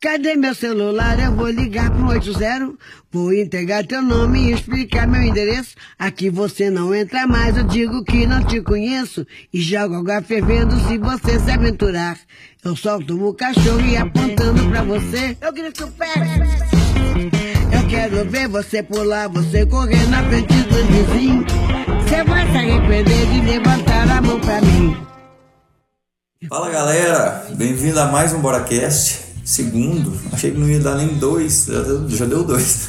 Cadê meu celular? Eu vou ligar pro 80. Vou entregar teu nome e explicar meu endereço. Aqui você não entra mais, eu digo que não te conheço. E jogo água fervendo se você se aventurar. Eu solto o cachorro e apontando pra você. Eu grito pera. Eu quero ver você pular, você correr na frente do vizinho. Você vai se arrepender de levantar a mão pra mim. Fala galera, bem-vindo a mais um BoraCast. Segundo, achei que não ia dar nem dois, já deu, já deu dois.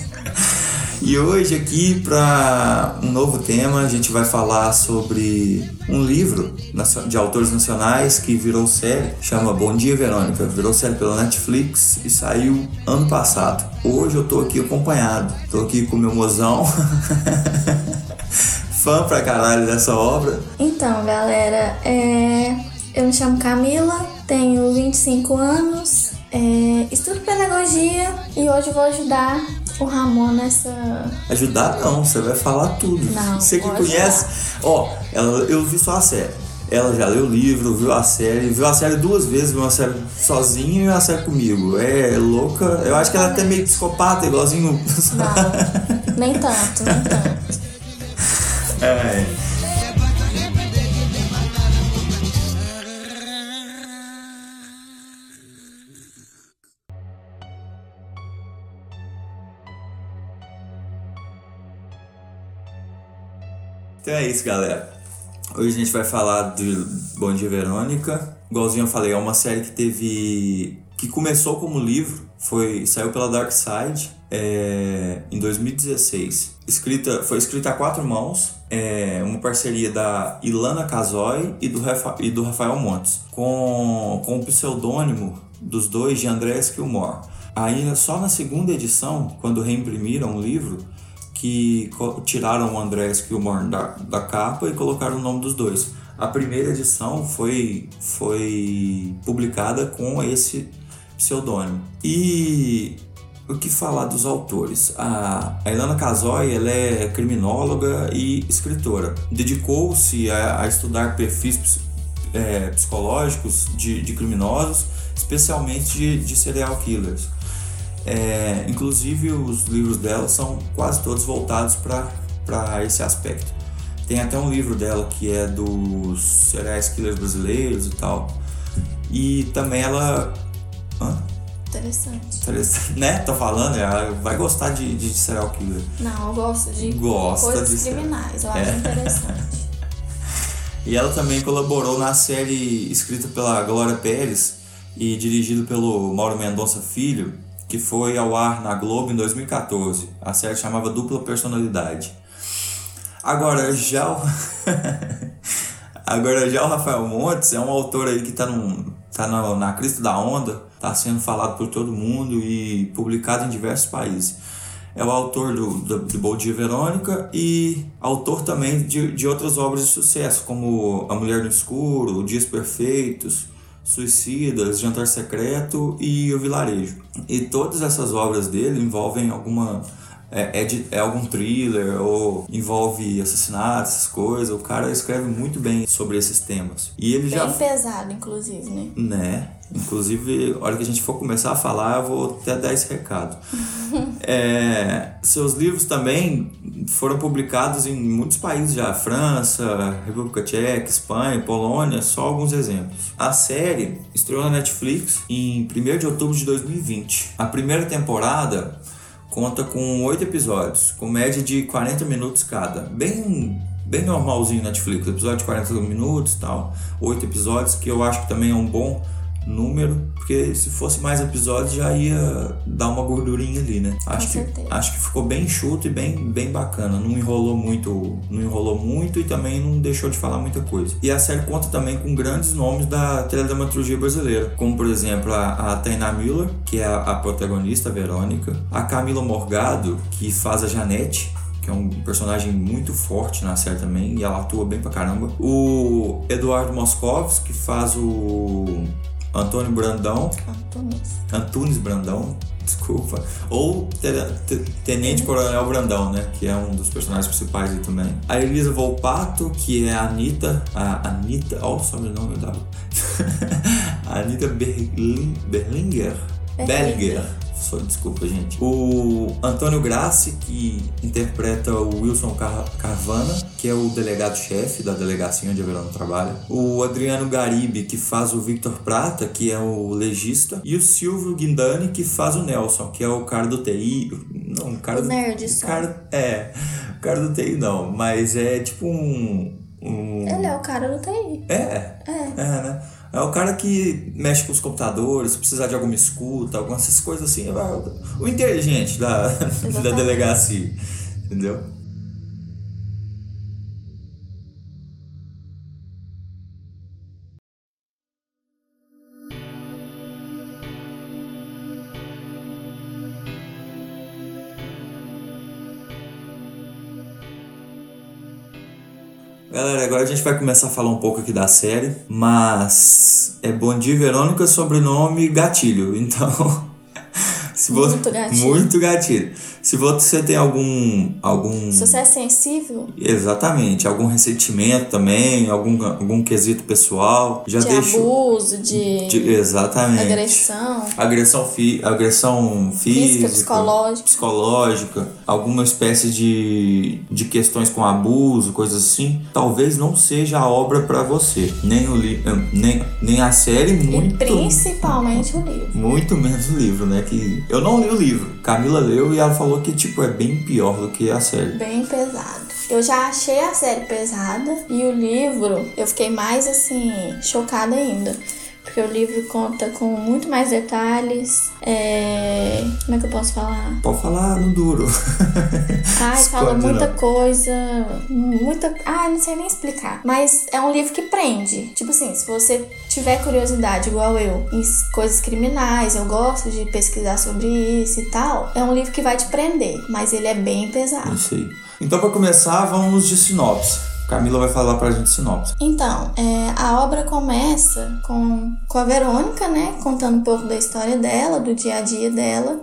e hoje aqui para um novo tema, a gente vai falar sobre um livro de autores nacionais que virou série, chama Bom Dia Verônica, virou série pela Netflix e saiu ano passado. Hoje eu tô aqui acompanhado, tô aqui com meu mozão. fã pra caralho dessa obra. Então, galera, é... eu me chamo Camila, tenho 25 anos, é... estudo pedagogia e hoje vou ajudar o Ramon nessa. Ajudar não, você vai falar tudo. Não, você que conhece. ajudar. Ó, ela, eu vi só a série. Ela já leu o livro, viu a série, viu a série duas vezes, viu a série sozinha e uma série comigo. É louca. Eu acho que ela é até meio psicopata, igualzinho. Não, nem tanto, nem tanto. É. Então é isso, galera. Hoje a gente vai falar de Bom Dia Verônica. Igualzinho eu falei, é uma série que teve. que começou como livro, foi saiu pela Dark Side é, em 2016. Escrita, foi escrita a quatro mãos, é, uma parceria da Ilana Casoy e do, Rafa, e do Rafael Montes, com, com o pseudônimo dos dois de Andrés Kilmore. Aí só na segunda edição, quando reimprimiram o livro, que tiraram o Andrés Kilmore da, da capa e colocaram o nome dos dois. A primeira edição foi, foi publicada com esse pseudônimo. E o que falar dos autores? A, a Ilana Casoy ela é criminóloga e escritora. Dedicou-se a, a, estudar perfis é, psicológicos de, de, criminosos, especialmente de, de serial killers. É, inclusive, os livros dela são quase todos voltados para esse aspecto. Tem até um livro dela que é dos serial killers brasileiros e tal. E também ela. Hã? Interessante. Interessante. Né? Tô falando, ela vai gostar de, de serial killer. Não, eu gosto de Gosta coisas de criminais, eu acho é. interessante. e ela também colaborou na série escrita pela Glória Pérez e dirigido pelo Mauro Mendonça Filho, que foi ao ar na Globo em 2014. A série chamava Dupla Personalidade. Agora já o... Agora já o Rafael Montes é um autor aí que tá, num, tá na, na crista da onda, tá sendo falado por todo mundo e publicado em diversos países. É o autor do, do, do Bom Dia Verônica e autor também de, de outras obras de sucesso, como A Mulher no Escuro, Dias Perfeitos, Suicidas, Jantar Secreto e O Vilarejo. E todas essas obras dele envolvem alguma. É, é, de, é, algum thriller ou envolve assassinatos, essas coisas. O cara escreve muito bem sobre esses temas. E ele bem já. pesado, inclusive, né? Né? Inclusive, a hora que a gente for começar a falar, eu vou até dar esse recado. é, seus livros também foram publicados em muitos países já: França, República Tcheca, Espanha, Polônia, só alguns exemplos. A série estreou na Netflix em 1 de outubro de 2020. A primeira temporada conta com oito episódios, com média de 40 minutos cada. Bem bem normalzinho Netflix, episódio de 40 minutos tal, oito episódios, que eu acho que também é um bom número, porque se fosse mais episódios já ia dar uma gordurinha ali, né? Com acho certeza. que acho que ficou bem chuto e bem bem bacana, não enrolou muito, não enrolou muito e também não deixou de falar muita coisa. E a série conta também com grandes nomes da teledramaturgia brasileira, como por exemplo a, a Tainá Miller, que é a, a protagonista a Verônica, a Camila Morgado, que faz a Janete, que é um personagem muito forte na série também, e ela atua bem pra caramba. O Eduardo Moscovitz, que faz o Antônio Brandão, Antunes. Antunes Brandão, desculpa, ou Te- Te- Tenente Coronel Brandão, né, que é um dos personagens principais aí também. A Elisa Volpato, que é a Anitta, a Anitta, ó o sobrenome da... é a Anitta Berlin, Berlinger, Bellinger, só desculpa, gente. O Antônio Grassi, que interpreta o Wilson Car- Carvana, que é o delegado-chefe da delegacia onde a Verona trabalha. O Adriano Garibe, que faz o Victor Prata, que é o legista. E o Silvio Guindani, que faz o Nelson, que é o cara do TI. Não, o cara O do. nerd o só. cara, é, o cara do TI não, mas é tipo um. um Ele é o cara do TI. é, É. é, né? É o cara que mexe com os computadores, se precisar de alguma escuta, algumas essas coisas assim. é o- O inteligente da, da Exatamente. delegacia, entendeu? Galera, agora a gente vai começar a falar um pouco aqui da série, mas é Bom Dia Verônica, sobrenome Gatilho, então... se você- Muito gatilho. Muito gatilho. Se você tem algum... algum Se você é sensível, Exatamente, algum ressentimento também, algum, algum quesito pessoal, já de deixa... abuso, de, de- é. exatamente. agressão, agressão, fi, agressão física, física, psicológica. psicológica, alguma espécie de, de questões com abuso, coisas assim, talvez não seja a obra pra você. Nem, o li, nem, nem a série, E muito, principalmente o livro. muito menos o livro, né? Que eu não li o livro. Camila leu e ela falou que tipo é bem pior do que a série. Bem pesado. Eu já achei a série pesada e o livro eu fiquei mais assim, chocada ainda. Porque o livro conta com muito mais detalhes. é, Como é que eu posso falar? Pode falar no duro. Ai, fala Esconde, muita não. coisa. Muita. Ai, não sei nem explicar. Mas é um livro que prende. Tipo assim, se você tiver curiosidade, igual eu, em s- coisas criminais, eu gosto de pesquisar sobre isso e tal. É um livro que vai te prender. Mas ele é bem pesado. Isso aí. Então pra começar, vamos de sinopse. Camila vai falar pra gente sinopse. Então, é, a obra começa com, com a Verônica, né? Contando um pouco da história dela, do dia a dia dela.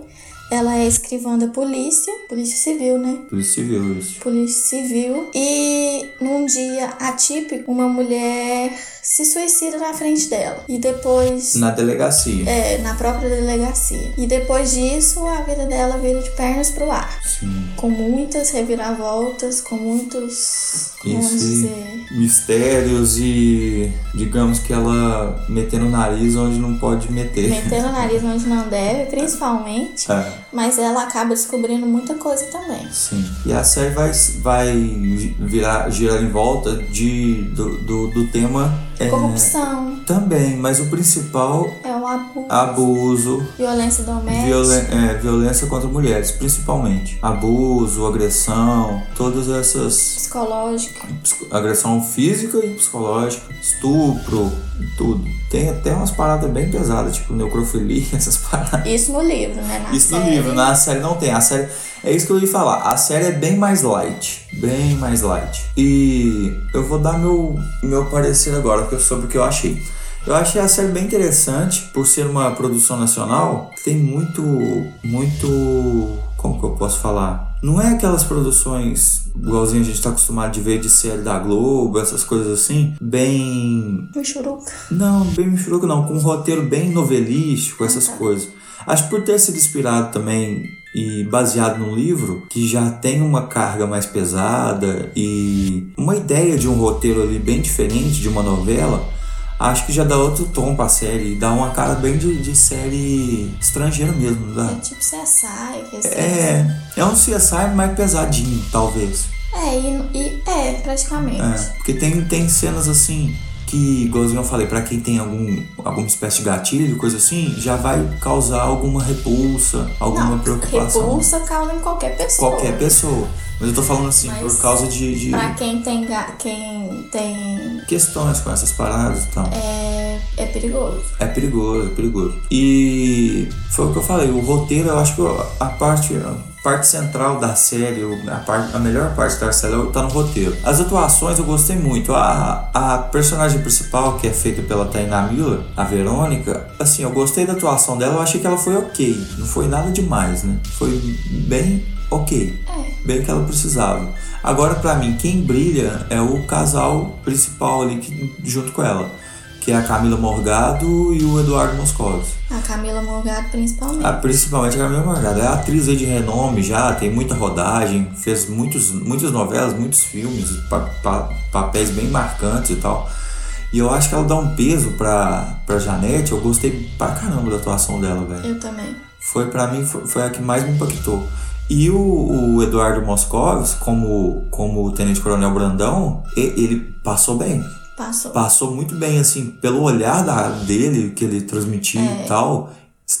Ela é escrivã da polícia, polícia civil, né? Polícia Civil, isso. Polícia civil. E num dia atípico, uma mulher se suicida na frente dela. E depois. Na delegacia. é, na própria delegacia. E depois disso, a vida dela vira de pernas pro ar. Sim. Com muitas reviravoltas, com muitos. Como é? Isso. vamos dizer? e Mistérios e. Digamos que ela metendo o nariz onde não pode meter. metendo o nariz onde não deve, principalmente. É, Mas ela acaba descobrindo muita coisa também. sim. E a série vai, vai virar, girar em volta de, do, do, do tema. é, Corrupção, também, mas o principal. é o abuso, Abuso, violência doméstica. violen- é, violência contra mulheres, principalmente. Abuso, agressão, todas essas Psicológica. psico- agressão física e psicológica, estupro, tudo. Tem até umas paradas bem pesadas, tipo necrofilia, essas paradas. Isso no livro, né? Na Isso no série. livro, na série não tem. A série é isso que eu ia falar. A série é bem mais light, bem mais light. E eu vou dar meu meu parecer agora porque eu sobre o que eu achei. Eu achei a série bem interessante por ser uma produção nacional. Tem muito, muito, como que eu posso falar? Não é aquelas produções igualzinho a gente tá acostumado de ver de série da Globo, essas coisas assim, bem Michuruca. não, bem Michuruca não, com um roteiro bem novelístico, essas Tá. coisas. Acho que por ter sido inspirado também e baseado num livro que já tem uma carga mais pesada e uma ideia de um roteiro ali bem diferente de uma novela, acho que já dá outro tom pra série, dá uma cara bem de, de série estrangeira mesmo, não dá? É tipo CSI, que assim. Ah. É, é um CSI mais pesadinho, talvez. É, e, e- é, praticamente. É, porque tem, tem cenas assim que, igualzinho eu falei, pra quem tem algum, alguma espécie de gatilho, coisa assim, já vai causar alguma repulsa, É, alguma Não, preocupação. repulsa causa em qualquer pessoa. Qualquer pessoa. Mas eu tô falando assim, Mas- por causa de, de Pra quem tem, ga- quem tem, questões com essas paradas e tal. é, é perigoso. É perigoso, é perigoso. E foi o que eu falei, o roteiro, eu acho que a parte, a parte central da série, a, parte, a melhor parte da série tá no roteiro. As atuações eu gostei muito. A, a personagem principal, que é feita pela Tainá Miller, a Verônica, assim, eu gostei da atuação dela, eu achei que ela foi ok. Não foi nada demais, né? Foi bem ok. Bem que ela precisava. Agora, pra mim, quem brilha é o casal principal ali que- junto com ela. Que é a Camila Morgado e o Eduardo Moscovis. A Camila Morgado, principalmente. Ah, principalmente a Camila Morgado. É atriz aí de renome já, tem muita rodagem, fez muitos, muitas novelas, muitos filmes, pa- pa- papéis bem marcantes e tal. E eu acho que ela dá um peso pra, pra Janete. Eu gostei pra caramba da atuação dela, velho. Eu também. Foi pra mim, foi, foi a que mais me impactou. E o, o Eduardo Moscovis, como, como o Tenente Coronel Brandão, e- ele passou bem Passou. passou muito bem, assim, pelo olhar da- dele, que ele transmitia e tal,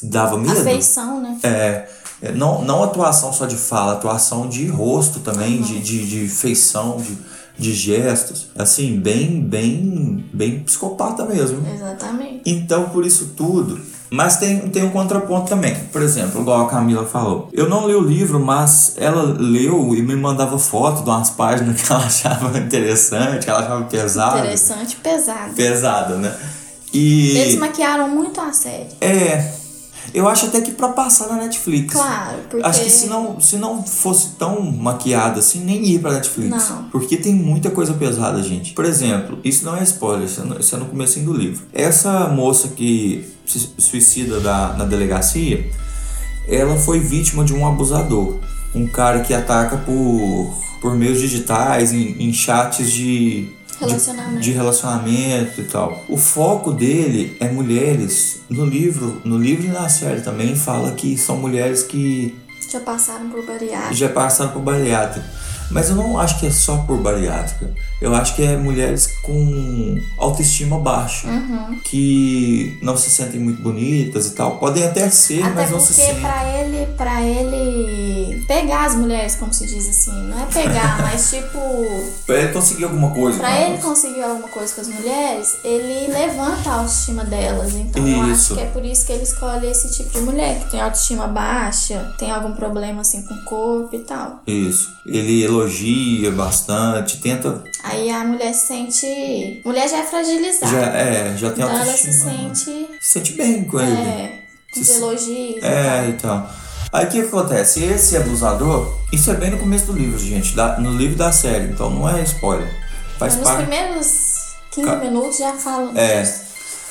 dava medo. Afeição, né? É, é, não, não atuação só de fala, atuação de rosto também, de, de, de feição, de, de gestos. Assim, bem, bem, bem psicopata mesmo. Exatamente. Então, por isso tudo. Mas tem, tem um contraponto também. Por exemplo, igual a Camila falou. Eu não li o livro, mas ela leu e me mandava foto de umas páginas que ela achava interessante, que ela achava pesado Interessante, pesado. pesada, né? E. Eles maquiaram muito a série. É. Eu acho até que pra passar na Netflix. Claro, porque. Acho que se não, se não fosse tão maquiada assim, nem ir pra Netflix. Não. Porque tem muita coisa pesada, gente. Por exemplo, isso não é spoiler, isso é no, isso é no comecinho do livro. Essa moça que se suicida da, na delegacia, ela foi vítima de um abusador. Um cara que ataca por, por meios digitais, em, em chats de. Relacionamento. De, de relacionamento e tal. O foco dele é mulheres. No livro, no livro e na série também fala que são mulheres que Já passaram por bariátrica. já passaram por bariátrica. Mas eu não acho que é só por bariátrica. Eu acho que é mulheres com autoestima baixa, Uhum. que não se sentem muito bonitas e tal. Podem até ser, Até mas não se porque sentem. pra ele, pra ele pegar as mulheres, como se diz assim, não é pegar, mas tipo, Pra ele conseguir alguma coisa. pra né? ele conseguir alguma coisa com as mulheres, ele levanta a autoestima delas. Então eu Isso. acho que é por isso que ele escolhe esse tipo de mulher, que tem autoestima baixa, tem algum problema assim com o corpo e tal. Isso. Ele elogia bastante, tenta. Aí a mulher se sente. Mulher já é fragilizada. Já, é, já tem Então ela se autoestima. né? sente. se sente bem com ele. É, com os Se- elogios. É, e então. Aí o que acontece? Esse abusador, isso é bem no começo do livro, gente, da- no livro da série, então não é spoiler. tal. Faz Nos parte. primeiros 15 Ca- minutos já falam. É.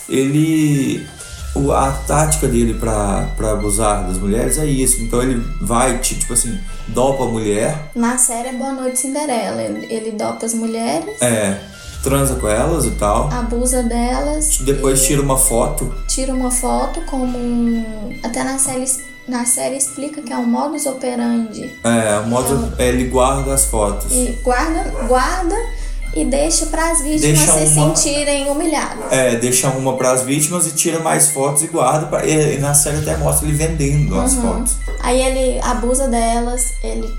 Ele. o- a tática dele pra, pra abusar das mulheres é isso. Então ele vai, te, tipo assim, dopa a mulher, Na série é Boa Noite Cinderela. Ele, ele dopa as mulheres, é, transa com elas e tal. abusa delas, Depois tira uma foto. tira uma foto como um. Até na série, na série explica que é um modus operandi. É, o modo. é, ele guarda as fotos. E guarda, guarda e deixa pras vítimas Deixa se uma- sentirem humilhadas. É, deixa uma pras vítimas e tira mais fotos e guarda. Pra, e, e na série até mostra ele vendendo as fotos. Aí ele abusa delas, ele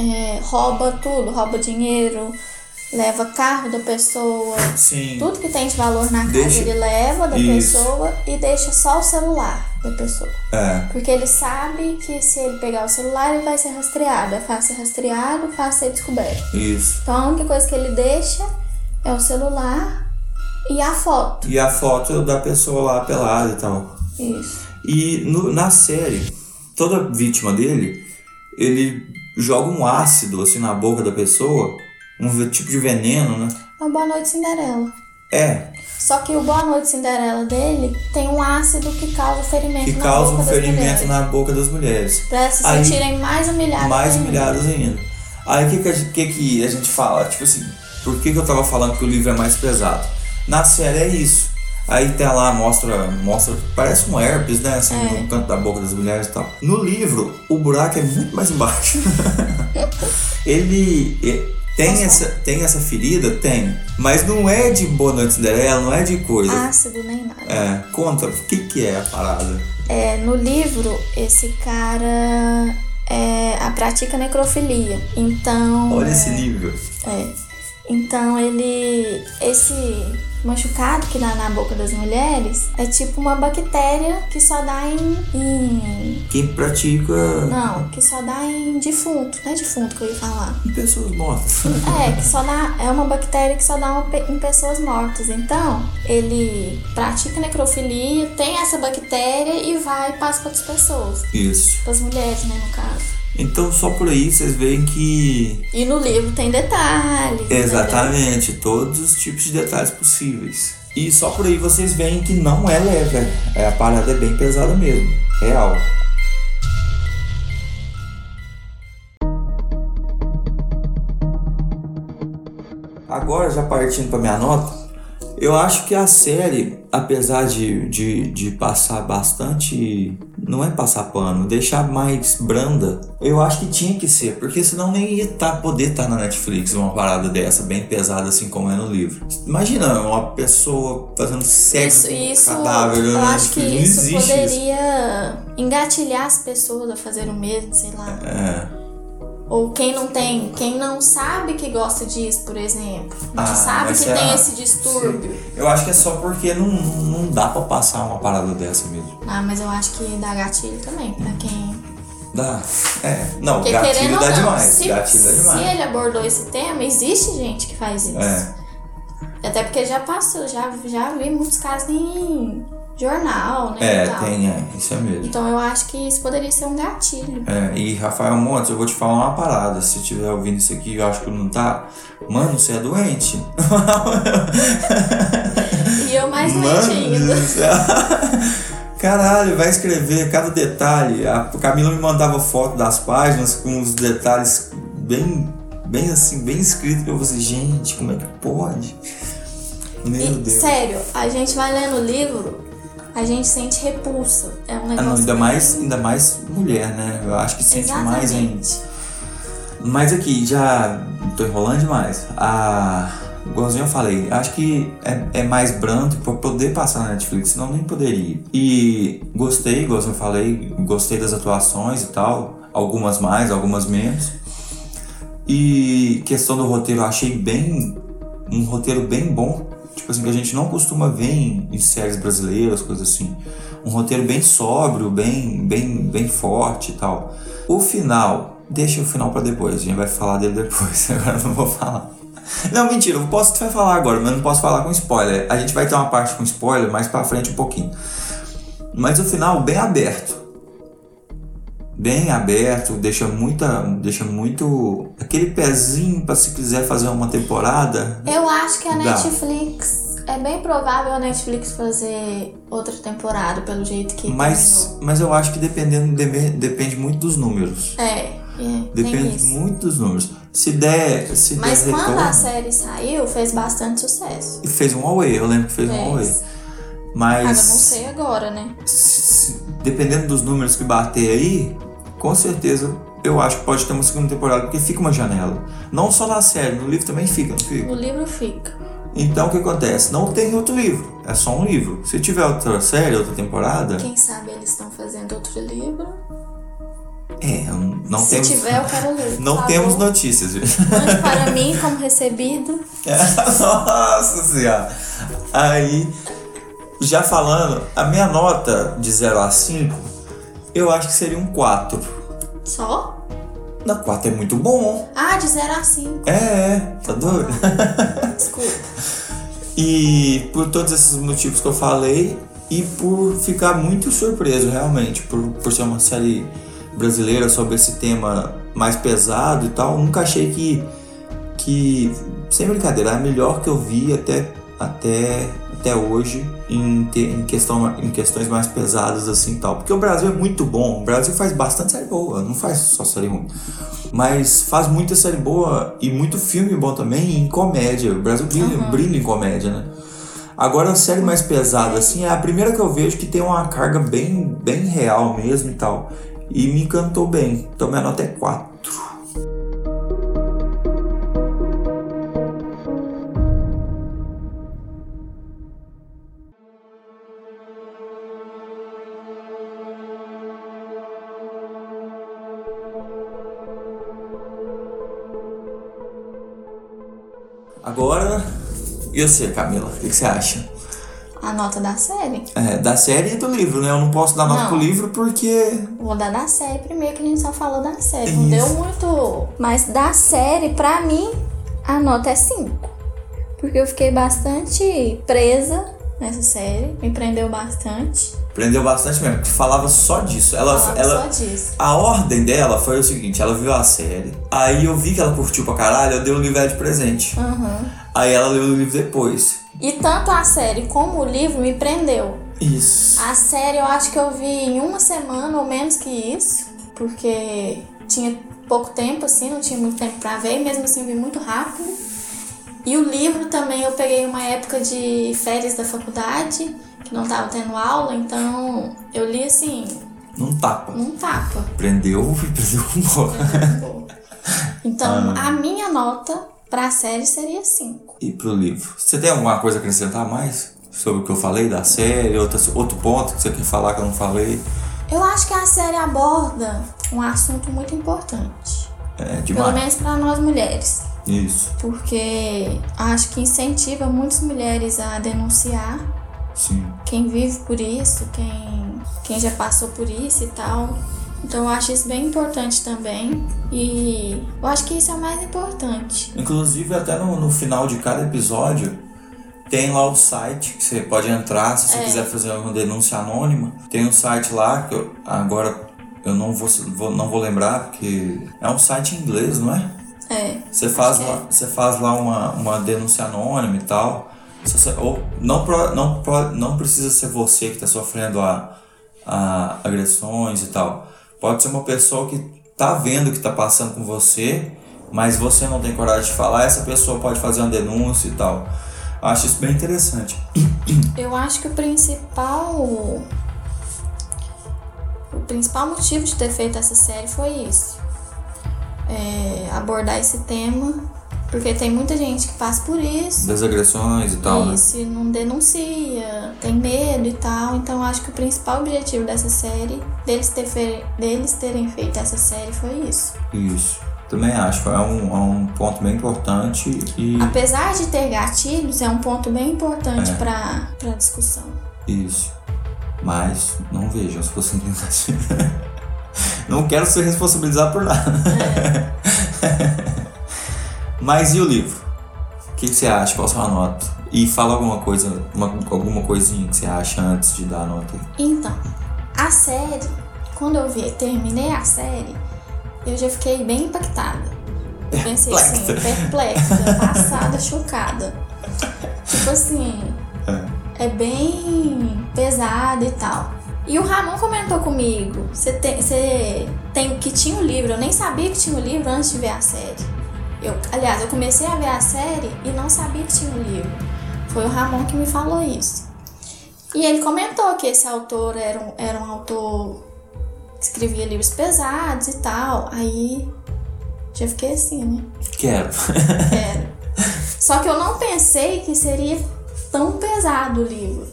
é, rouba tudo, rouba dinheiro, leva carro da pessoa, Sim. tudo que tem de valor na casa Deixa- ele leva da Isso. pessoa e deixa só o celular da pessoa. É, Porque ele sabe que se ele pegar o celular ele vai ser rastreado, é fácil ser rastreado, fácil ser descoberto. isso. Então a única coisa que ele deixa é o celular e a foto. E a foto da pessoa lá pelada e tal. Isso. E no- na série, toda vítima dele, ele joga um ácido assim na boca da pessoa, um ve- tipo de veneno, né? Uma boa noite, Cinderela. É, Só que o Boa Noite Cinderela dele tem um ácido que causa ferimento que na causa um boca das ferimento mulheres. na boca das mulheres. Pra elas se Aí- sentirem mais humilhadas. mais ainda. humilhadas ainda. Aí o que, que, a gente- que que a gente fala? Tipo assim, por que, que eu tava falando que o livro é mais pesado? Na série é isso. Aí tá lá, mostra, mostra, parece um herpes, né? Assim, no canto da boca das mulheres e tal. No livro, o buraco é muito mais embaixo. Ele eh, tem essa, tem essa ferida? Tem. Mas não é de boa noite Cinderela, não é de coisa. Ácido nem nada. É, conta, o que, que é a parada? É, no livro, esse cara é, a pratica necrofilia. Então. Olha esse nível. É. Então ele. Esse machucado que dá na boca das mulheres é tipo uma bactéria que só dá em. em- Quem pratica. não, que só dá em defunto. Não é defunto que eu ia falar. Em pessoas mortas. É, que só dá, é uma bactéria que só dá uma pe- em pessoas mortas. Então, ele pratica necrofilia, tem essa bactéria e vai e passa para outras pessoas. Isso. Para as mulheres, né, no caso. Então, só por aí vocês veem que. é E no livro tem detalhes. né? entendeu? Exatamente, todos os tipos de detalhes possíveis. E só por aí vocês veem que não é leve. É, a parada é bem pesada mesmo. Real. Agora, já partindo para minha nota, eu acho que a série, apesar de, de, de passar bastante. Não é passar pano, deixar mais branda, eu acho que tinha que ser, porque senão nem ia tá, poder estar na Netflix uma parada dessa, bem pesada assim como é no livro. Imagina uma pessoa fazendo sexo Isso, com um isso cadáver, eu né? acho que não isso existe isso. poderia engatilhar as pessoas a fazer o mesmo, sei lá. É, Ou quem não tem, quem não sabe que gosta disso, por exemplo. Não Ah, sabe mas que será? tem esse distúrbio. eu acho que é só porque não, não dá pra passar uma parada dessa mesmo. Ah, mas eu acho que dá gatilho também, pra quem. Dá. É. Não, Porque querendo gatilho ou dá não, demais. se, gatilho dá demais. se ele abordou esse tema, existe gente que faz isso. É. Até porque já passou, já, já vi muitos casos em jornal, né? É, e tal. tem, é. Isso é mesmo. Então eu acho que isso poderia ser um gatilho. É, e Rafael Montes, eu vou te falar uma parada. Se estiver ouvindo isso aqui, eu acho que não tá. Mano, você é doente. E eu mais doente Mano ainda. do céu. Caralho, vai escrever cada detalhe. A Camila me mandava foto das páginas com os detalhes bem, bem assim, bem escrito. Eu falei, gente, como é que pode? Meu E, Deus. sério, a gente vai lendo o livro, a gente sente repulsa. É um Ah, negócio. não, ainda bem- mais, ainda mais mulher, né? Eu acho que sente mais ainda. Exatamente. Mas aqui, já tô enrolando demais. A. Igualzinho eu falei, acho que é, é mais brando pra poder passar na Netflix, senão nem poderia. E gostei, igualzinho eu falei, gostei das atuações e tal. Algumas mais, algumas menos. E questão do roteiro, eu achei bem. Um roteiro bem bom. Tipo assim, que a gente não costuma ver em, em séries brasileiras, coisas assim. Um roteiro bem sóbrio, bem, bem, bem forte e tal. O final, deixa o final pra depois, a gente vai falar dele depois, agora eu não vou falar. Não, mentira, eu posso até falar agora, mas não posso falar com spoiler. A gente vai ter uma parte com spoiler mais pra frente um pouquinho. Mas o final bem aberto. Bem aberto, deixa muita. Deixa muito. Aquele pezinho pra se quiser fazer uma temporada. Eu acho que a Dá. Netflix. É bem provável a Netflix fazer outra temporada, pelo jeito que. Mas, é. mas eu acho que dependendo, deme- depende muito dos números. terminou. É, é tem Depende isso. muito dos números. Se der. Se Mas der quando a retorno- série saiu, fez bastante sucesso. E fez um away, eu lembro que fez um away. Fez. Mas. Agora não sei agora, né? se- se- dependendo dos números que bater aí, com certeza eu acho que pode ter uma segunda temporada, porque fica uma janela. Não só na série, no livro também fica, não fica? O livro fica. Então o que acontece? Não tem outro livro, é só um livro. Se tiver outra série, outra temporada, Quem sabe eles estão fazendo outro livro. é, não Se temos. tiver, eu quero ler. por Não favor. temos notícias, viu? Mande para mim como recebido. Nossa senhora. Aí, já falando, a minha nota de 0 a 5, eu acho que seria um 4. Só? Na 4 é muito bom. Ah, de 0 a 5. É, é, tá doido? É. Desculpa. E por todos esses motivos que eu falei e por ficar muito surpreso realmente, por, por ser uma série brasileira sobre esse tema mais pesado e tal, nunca achei que, que sem brincadeira, é a melhor que eu vi até, até, até hoje em, te- em, questão, em questões mais pesadas assim e tal. Porque o Brasil é muito bom, o Brasil faz bastante série boa, não faz só série ruim. Mas faz muita série boa e muito filme bom também e em comédia. O Brasil brilha, brilha em comédia, né? Agora a série mais pesada, assim, é a primeira que eu vejo que tem uma carga bem, bem real mesmo e tal. E me encantou bem. Então minha nota é 4. Agora E você, Camila, o que, que você acha? A nota da série? É, da série e do livro, né? Eu não posso dar nota Não. pro livro porque. Vou dar da série primeiro, que a gente só falou da série. Não Isso. deu muito. Mas da série, pra mim, a nota é 5. Porque eu fiquei bastante presa nessa série. Me prendeu bastante. Prendeu bastante mesmo, porque falava só disso. Ela, Falava ela, só disso. A ordem dela foi o seguinte: ela viu a série, aí eu vi que ela curtiu pra caralho, eu dei o livro a ela de presente. Ah. Aham. Aí ela leu o livro depois. E tanto a série como o livro me prendeu. Isso. A série eu acho que eu vi em uma semana ou menos que isso, porque tinha pouco tempo, assim, não tinha muito tempo pra ver, e mesmo assim eu vi muito rápido. E o livro também eu peguei uma época de férias da faculdade, que não tava tendo aula, então eu li assim, Não tapa. num tapa. Prendeu e prendeu com bola. Então a minha nota pra série seria 5. E pro livro. Você tem alguma coisa a acrescentar mais? Sobre o que eu falei da série? Outra, outro ponto que você quer falar que eu não falei? Eu acho que a série aborda um assunto muito importante, É pelo demais. menos pra nós mulheres. Isso. porque acho que incentiva muitas mulheres a denunciar Sim. quem vive por isso, quem, quem já passou por isso e tal. Então eu acho isso bem importante também. E eu acho que isso é o mais importante. Inclusive, até no, no final de cada episódio, tem lá o site que você pode entrar se você quiser fazer uma denúncia anônima. Tem um site lá que eu, agora eu não vou, vou- não vou lembrar, porque é um site em inglês, não é? É. Você faz, que é. lá, você faz lá uma, uma denúncia anônima e tal. Se você- ou não, pro- não, pro- não precisa ser você que está sofrendo a, a agressões e tal. Pode ser uma pessoa que tá vendo o que está passando com você, mas você não tem coragem de falar. Essa pessoa pode fazer uma denúncia e tal. Acho isso bem interessante. Eu acho que o principal. O principal motivo de ter feito essa série foi isso. É, abordar esse tema. Porque tem muita gente que passa por isso. Das agressões e tal. né? É Isso, e não denuncia, tem medo e tal. Então acho que o principal objetivo dessa série, deles, ter fe- deles terem feito essa série, foi isso. Isso. Também acho. É um, é um ponto bem importante e. Apesar de ter gatilhos, é um ponto bem importante Hum. É. pra para discussão. Isso. Mas não vejam se você não assistir. Não quero ser responsabilizado por nada. Mas e o livro? O que que você acha? Qual a sua nota? E fala alguma coisa, uma- alguma coisinha que você acha antes de dar a nota. aí. Então, a série, quando eu vi, terminei a série, eu já fiquei bem impactada. Eu pensei assim, perplexa, passada, chocada. Tipo assim, é bem pesada e tal. E o Ramon comentou comigo, você tem, você tem que tinha o livro, eu nem sabia que tinha o livro antes de ver a série. Eu, aliás, eu comecei a ver a série e não sabia que tinha o livro. Foi o Ramon que me falou isso. E ele comentou que esse autor era um, era um autor que escrevia livros pesados e tal. Aí já fiquei assim, né? Quero. Era. Só que eu não pensei que seria tão pesado o livro.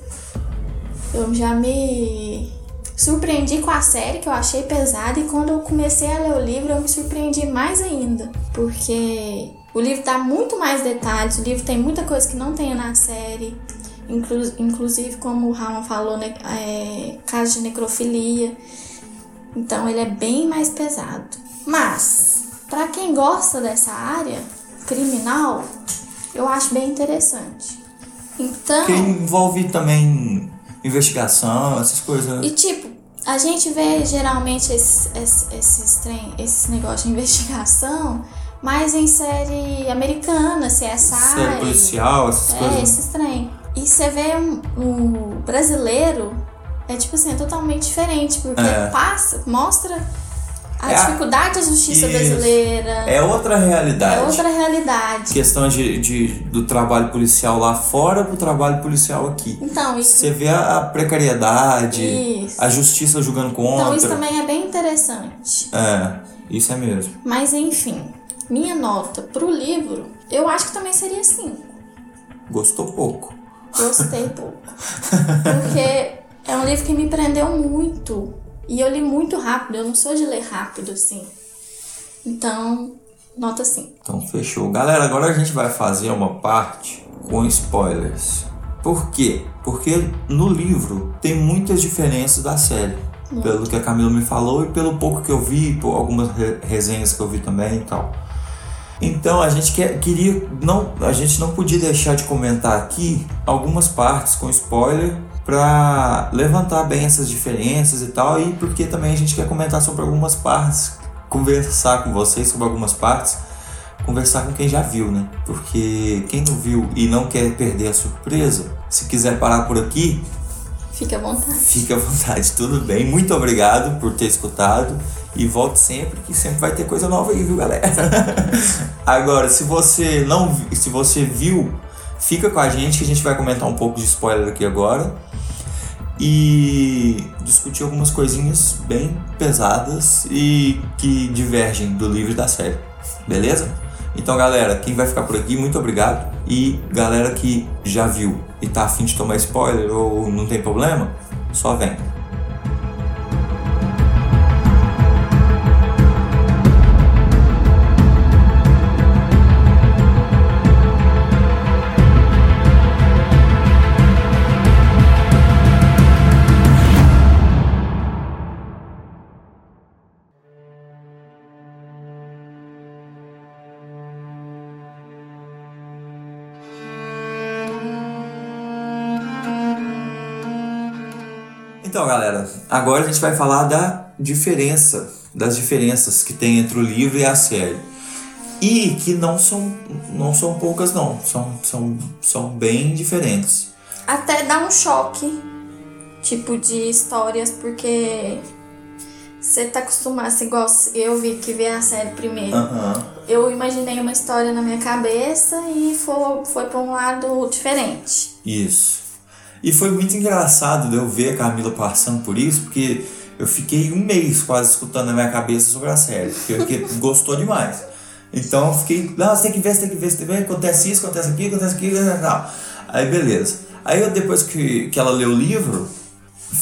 Eu já me surpreendi com a série que eu achei pesada e quando eu comecei a ler o livro eu me surpreendi mais ainda, porque o livro dá muito mais detalhes, o livro tem muita coisa que não tem na série. inclu- Inclusive, como o Ramon falou, né, é, caso de necrofilia. Então ele é bem mais pesado. Mas, pra quem gosta dessa área criminal, eu acho bem interessante. Então. Porque envolve também investigação, essas coisas. E né? tipo, a gente vê geralmente esses, esses, esses, trem, esses negócios de investigação, mas em série americana, CSI. Série policial, essas É, coisas. né? esses trem. E você vê um, um brasileiro, é tipo assim, é totalmente diferente, porque É. passa, mostra a É a- dificuldade da justiça Isso. brasileira, é, É outra realidade. outra realidade. Questão de, de- do trabalho policial lá fora pro trabalho policial aqui. Então, isso, Você vê a precariedade, Isso. a justiça julgando contra. então isso também é bem interessante. É, isso é mesmo. Mas enfim, minha nota pro livro, eu acho que também seria assim. 5. Gostou pouco. Gostei pouco. Porque é um livro que me prendeu muito. E eu li muito rápido, eu não sou de ler rápido, assim. Então, nota 5. Então fechou. Galera, agora a gente vai fazer uma parte com spoilers. Por quê? Porque no livro tem muitas diferenças da série. Pelo que a Camila me falou e pelo pouco que eu vi, por algumas re- resenhas que eu vi também e tal. Então a gente quer- queria não a gente não podia deixar de comentar aqui algumas partes com spoiler para levantar bem essas diferenças e tal e porque também a gente quer comentar sobre algumas partes, conversar com vocês sobre algumas partes, conversar com quem já viu, né? Porque quem não viu e não quer perder a surpresa, se quiser parar por aqui, Fica à vontade. Fique à vontade, tudo bem. Muito obrigado por ter escutado. E volte sempre, que sempre vai ter coisa nova aí, viu, galera? Agora, se você não vi- se você viu, fica com a gente que a gente vai comentar um pouco de spoiler aqui agora. E discutir algumas coisinhas bem pesadas e que divergem do livro e da série. Beleza? Então, galera, quem vai ficar por aqui, muito obrigado. E galera que já viu e tá afim de tomar spoiler ou não tem problema, só vem. Então, galera, agora a gente vai falar da diferença, das diferenças que tem entre o livro e a série. E que não são, não são poucas, não. São, são, são bem diferentes. Até dá um choque, tipo, de histórias, porque você tá acostumado, assim, igual eu vi que vê a série primeiro. Ah. Aham. Eu imaginei uma história na minha cabeça e foi, foi pra um lado diferente. Isso. E foi muito engraçado eu ver a Camila passando por isso, porque eu fiquei um mês quase escutando na minha cabeça sobre a série, porque, porque gostou demais. Então eu fiquei, não, você tem que ver, você tem que ver, você tem que ver, acontece isso, acontece aquilo, acontece aquilo, acontece tal. Aí beleza. Aí eu, depois que, que ela leu o livro,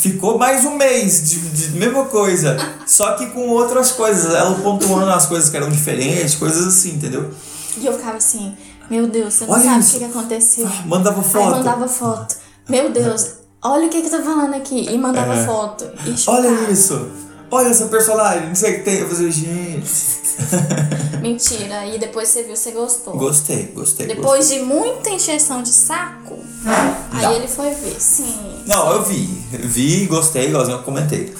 ficou mais um mês de, de mesma coisa, só que com outras coisas, ela pontuando as coisas que eram diferentes, coisas assim, entendeu? E eu ficava assim, meu Deus, você não Olha sabe o isso. Ah, que, que aconteceu. Mandava Aí foto. mandava foto. Meu Deus, olha o que que tá falando aqui. E mandava É. foto. E chocava. Olha isso! Olha essa personagem, não sei o que tem. Eu falei, assim, gente. Mentira. E depois você viu, você gostou. Gostei, gostei. Depois de muita encheção de saco, Dá. aí ele foi ver. Sim. gostei. Não, eu vi. Vi, gostei, igualzinho eu comentei.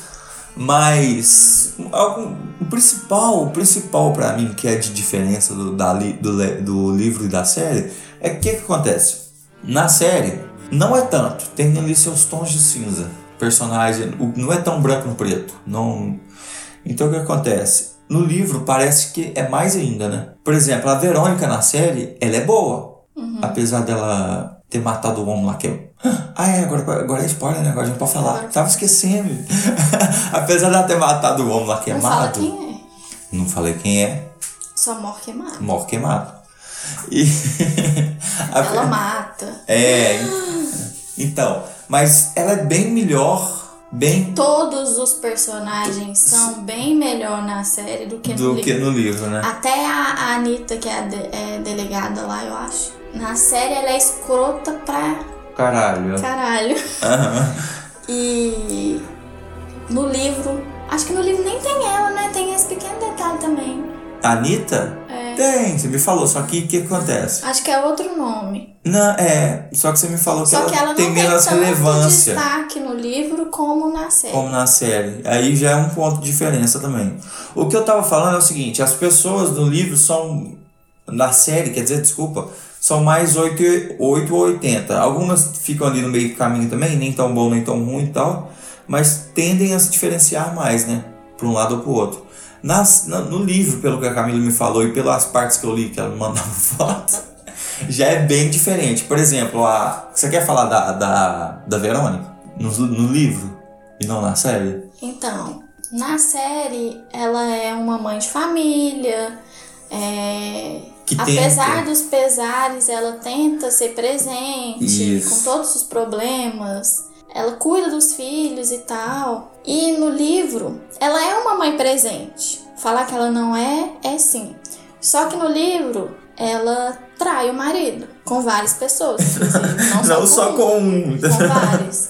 Mas algum- o principal, o principal para mim que é de diferença do, da li- do, le- do livro e da série é que o que que acontece? Na série, não é tanto. Tem ali seus tons de cinza. Personagem o- não é tão branco no preto. Não, Então o que acontece? No livro parece que é mais ainda, né? Por exemplo, a Verônica na série, ela é boa. Uhum. Apesar dela ter matado o homem lá que eu. Ah, é, agora, agora é spoiler, né? Agora a gente pode falar. Agora. Tava esquecendo. Apesar dela ter matado o homem lá Não fala queimado. quem é. Não falei quem é, Só morre queimado. morre queimado. E. Ela mata. É. Então, mas ela é bem melhor, bem Todos os personagens são bem melhor na série do que no do livro. que no livro, né? Até a, a Anitta, que é, a de- é delegada lá, eu acho. Na série ela é escrota pra Caralho. Tá. caralho. Aham. E no livro. Acho que no livro nem tem ela, né? Tem esse pequeno detalhe também. Anitta? É. Tem, você me falou, só que o que acontece? Acho que é outro nome. Não, é, só que você me falou que, Só ela, que ela não tem menos tanto relevância destaque no livro como na série. como na série. Aí já é um ponto de diferença também. O que eu tava falando é o seguinte, as pessoas no livro são na série, quer dizer, desculpa, são mais 8, e- 8 ou 80. Algumas ficam ali no meio do caminho também, nem tão bom, nem tão ruim e tal, mas tendem a se diferenciar mais, né? Para um lado ou pro outro. Nas, na- no livro, pelo que a Camila me falou e pelas partes que eu li que ela me mandava foto, já é bem diferente. Por exemplo, a, você quer falar da, da, da Verônica? No, no livro e não na série? Então, na série, ela é uma mãe de família. é, Que Apesar tenta. dos pesares, ela tenta ser presente Isso. com todos os problemas. Ela cuida dos filhos e tal. E no livro, ela é uma mãe presente. Falar que ela não é, é sim. Só que no livro, ela trai o marido. Com várias pessoas, inclusive. Não, Não só com um. Com várias.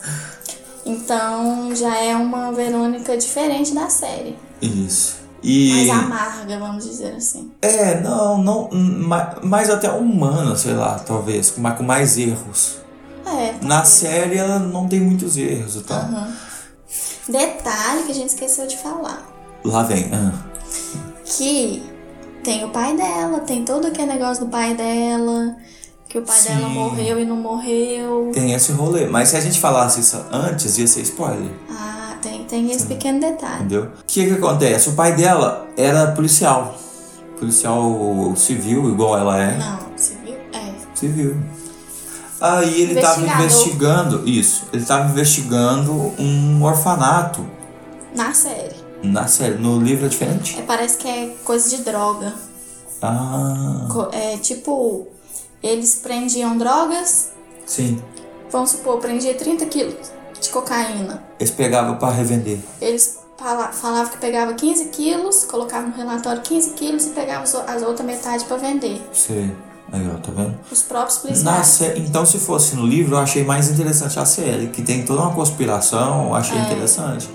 Então já é uma Verônica diferente da série. Isso. E. Mais amarga, vamos dizer assim. É, não, não. ma- Mais até humana, sei lá, talvez. com- Mas com mais erros. É. Na série ela não tem muitos erros e tal. Detalhe que a gente esqueceu de falar. Lá vem. ah. que tem o pai dela, tem todo aquele negócio do pai dela, que o pai Sim. dela morreu e não morreu. Tem esse rolê. Mas se a gente falasse isso antes, ia ser spoiler. Ah, tem, tem esse pequeno detalhe. Entendeu? O que que acontece? O pai dela era policial. Policial civil, igual ela é. Não, você viu? É. Civil. Aí ele tava Investigador. investigando. Isso. Ele tava investigando um orfanato. Na série. Na série. No livro é diferente? É, parece que é coisa de droga. Ah. Co- É tipo, eles prendiam drogas, Sim. vamos supor, prendia 30 quilos de cocaína. Eles pegavam pra revender. Eles fala- falavam que pegava 15 quilos, colocavam no relatório 15 quilos e pegavam as o- as outras metade pra vender. Você. Aí, ó, tá vendo? Os Na próprios policiais. sé- Então, se fosse no livro, eu achei mais interessante a série, que tem toda uma conspiração, eu achei interessante.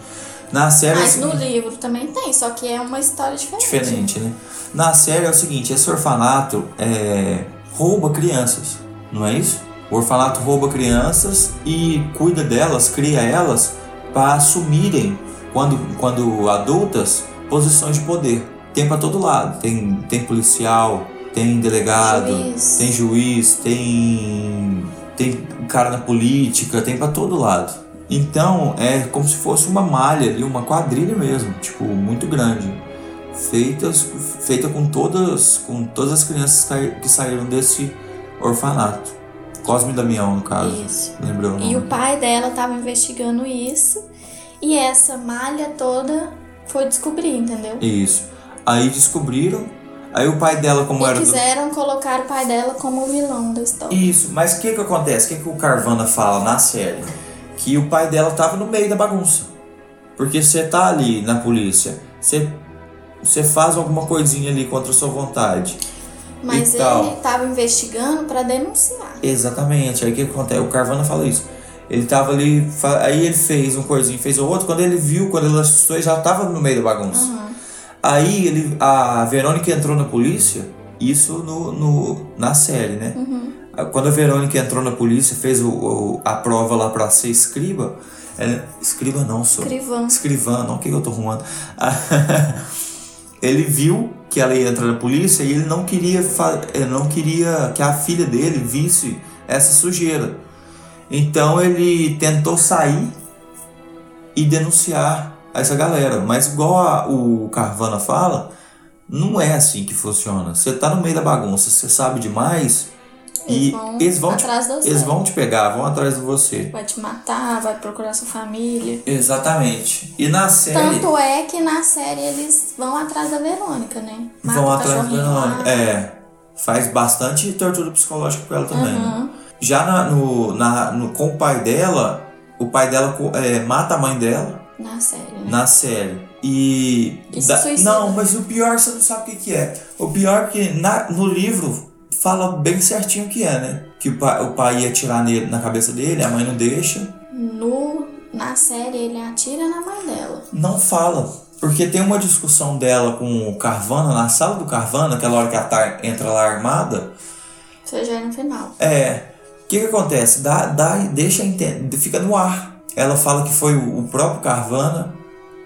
Na série. É. Mas assim, no livro também tem, só que é uma história diferente. Diferente, né? Na série é o seguinte: esse orfanato é, rouba crianças, não é isso? O orfanato rouba crianças e cuida delas, cria elas para assumirem, quando, quando adultas, posições de poder. Tem para todo lado: tem, tem policial, tem delegado, Juiz. tem juiz, tem, tem cara na política, tem para todo lado. Então é como se fosse uma malha ali, uma quadrilha mesmo, tipo, muito grande feitas feita com todas com todas as crianças que- que saíram desse orfanato. Cosme e Damião, no caso. Isso. Lembrou? o E o nome. pai dela tava investigando isso. E essa malha toda foi descobrir, entendeu? Isso. Aí descobriram. Aí o pai dela, como E era. do- quiseram colocar o pai dela como o vilão da história. Isso, mas o que que acontece? O que que o Carvana fala na série? Que o pai dela tava no meio da bagunça. Porque você tá ali na polícia, você, você faz alguma coisinha ali contra a sua vontade. Mas e então? tal. ele tava investigando pra denunciar. Exatamente, aí o que acontece? O Carvana fala isso. Ele tava ali, fa- aí ele fez um coisinho, fez o outro. Quando ele viu, quando ele assustou, ele já tava no meio da bagunça. Aí ele, a Verônica entrou na polícia, isso no, no- na série, né? Ah, Quando a Verônica entrou na polícia, fez o, o- a prova lá pra ser escriba, ela, escriba não, sou. Escrivã. Escrivã, não, o que que eu tô arrumando? ele viu que ela ia entrar na polícia e ele não queria, fa- eh, não queria que a filha dele visse essa sujeira. Então ele tentou sair e denunciar essa galera. Mas igual a- o Carvana fala, não é assim que funciona. Você tá no meio da bagunça, você sabe demais Eles e vão eles vão, te, atrás de você. eles vão te pegar, vão atrás de você. Vai te matar, vai procurar sua família. Exatamente. E na série Tanto é que na série eles vão atrás da Verônica, né? Mata vão o atrás do cachorrinho Verônica. lá. É. Faz bastante tortura psicológica pra ela também. Uhum. Já na- no, na- no- com o pai dela, o pai dela co- é, mata a mãe dela. Na série, né? na série. E. E se da- suicida. não, mas o pior você não sabe o que, que é. O pior é que na, no livro fala bem certinho o que é, né? Que o pai, o pai ia atirar nele, na cabeça dele, a mãe não deixa. No, na série ele atira na mãe dela. Não fala. Porque tem uma discussão dela com o Carvana, na sala do Carvana, aquela hora que ela tá- entra lá armada. Isso já é no final. É. O que, que acontece? Dá, dá, deixa entender, fica no ar. Ela fala que foi o, o próprio Carvana.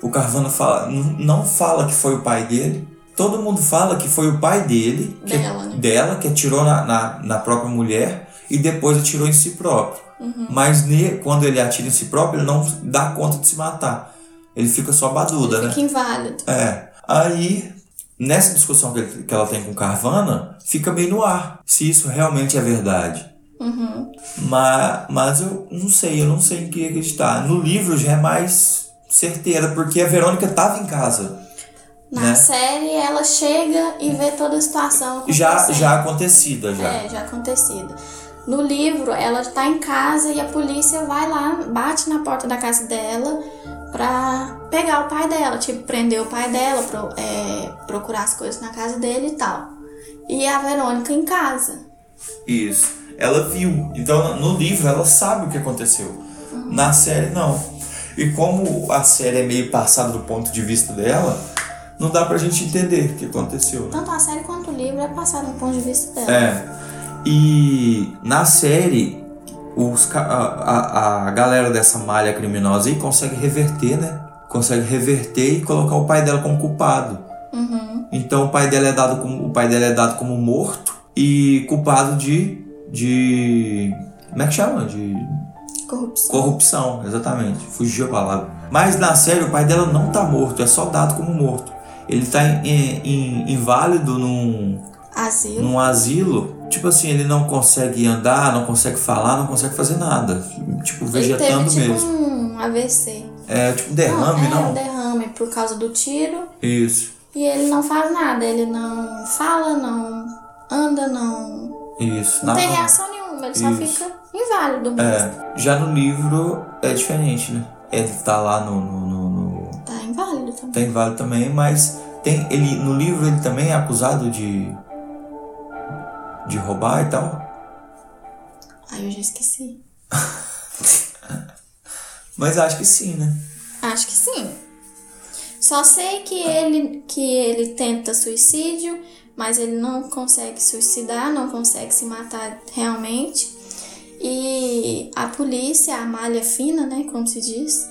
O Carvana fala, n- não fala que foi o pai dele. Todo mundo fala que foi o pai dele, que, Dela, né? dela, que atirou na, na, na própria mulher e depois atirou em si próprio. Uhum. Mas ne- quando ele atira em si próprio, ele não dá conta de se matar. Ele fica só baduda, né? Fica inválido. É. Aí, nessa discussão que, ele- que ela tem com o Carvana, fica meio no ar se isso realmente é verdade. Uhum. Mas, mas eu não sei, eu não sei em que acreditar. No livro já é mais certeira, porque a Verônica tava em casa. Na Né? É. série ela chega e vê toda a situação Já, acontecendo. já acontecida, já. É, já acontecido. No livro, ela tá em casa e a polícia vai lá, bate na porta da casa dela pra pegar o pai dela, tipo, prender o pai dela, pro- é, procurar as coisas na casa dele e tal. E a Verônica em casa. Isso. Ela viu. Então no livro ela sabe o que aconteceu. Uhum. Na série não. E como a série é meio passada do ponto de vista dela, não dá pra gente entender o que aconteceu. né? Tanto a série quanto o livro é passado no ponto de vista dela. É. E na série, os, ca- a, a, a galera dessa malha criminosa aí consegue reverter, né? Consegue reverter e colocar o pai dela como culpado. Uhum. Então o pai dela é dado como, o pai dela é dado como morto e culpado de. de. Como é que chama? De Corrupção. corrupção, exatamente. Fugiu a palavra. Mas na série o pai dela não tá morto, é só dado como morto. Ele tá em- em- em- inválido num, Asilo. num asilo, tipo assim, ele não consegue andar, não consegue falar, não consegue fazer nada. Tipo, Ele vegetando teve tipo mesmo. um AVC. É tipo derrame, é, não? um derrame por causa do tiro. Isso, E ele não faz nada. Ele não fala, não anda, não. isso. Não tem Na- reação nenhuma. Ele só Ah. Isso. fica inválido mesmo. É, já no livro é diferente, né? Ele tá lá no. no, no, no- Tá inválido também. tem válido também, mas tem, ele, no livro ele também é acusado de. de roubar e tal. Aí eu já esqueci. Mas acho que sim, né? Acho que sim. Só sei que ele, que ele tenta suicídio, mas ele não consegue suicidar, não consegue se matar realmente. E a polícia, a malha fina, né, como se diz,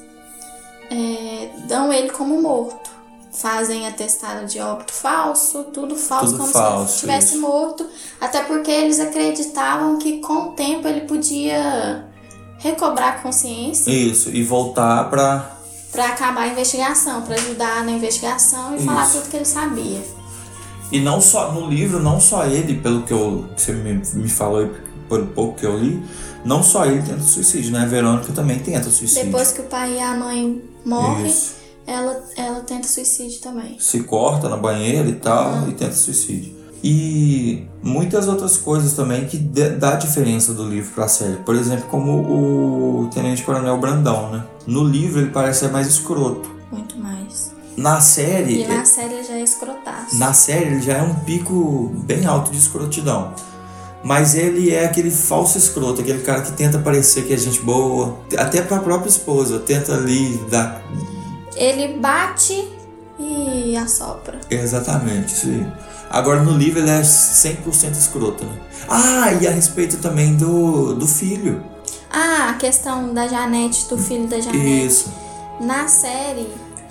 é, dão ele como morto. Fazem atestado de óbito falso, tudo falso, Tudo como se falso, ele estivesse isso. morto. Até porque eles acreditavam que com o tempo ele podia recobrar a consciência Isso, e voltar pra, Pra acabar a investigação, pra ajudar na investigação e Isso. falar tudo que ele sabia. E não só no livro, não só ele, pelo que, eu, que você me, me falou e pelo pouco que eu li, não só ele tenta suicídio, né? A Verônica também tenta suicídio. Depois que o pai e a mãe morrem, Isso. ela, ela tenta suicídio também. Se corta na banheira e tal, e tenta suicídio. E muitas outras coisas também que dê- dá diferença do livro pra série. Por exemplo, como o Tenente Coronel Brandão, né? No livro ele parece ser mais escroto. Muito mais. Na série. E na série ele já é escrotaço. Na série ele já é um pico bem alto de escrotidão. Mas ele é aquele falso escroto, aquele cara que tenta parecer que é gente boa, até pra própria esposa, tenta ali dar. Ele bate e assopra. Exatamente, isso aí. Agora no livro ele é 100% escroto, né? Ah, e a respeito também do, do filho. Ah, a questão da Janete, do filho da Janete. Isso. Na série,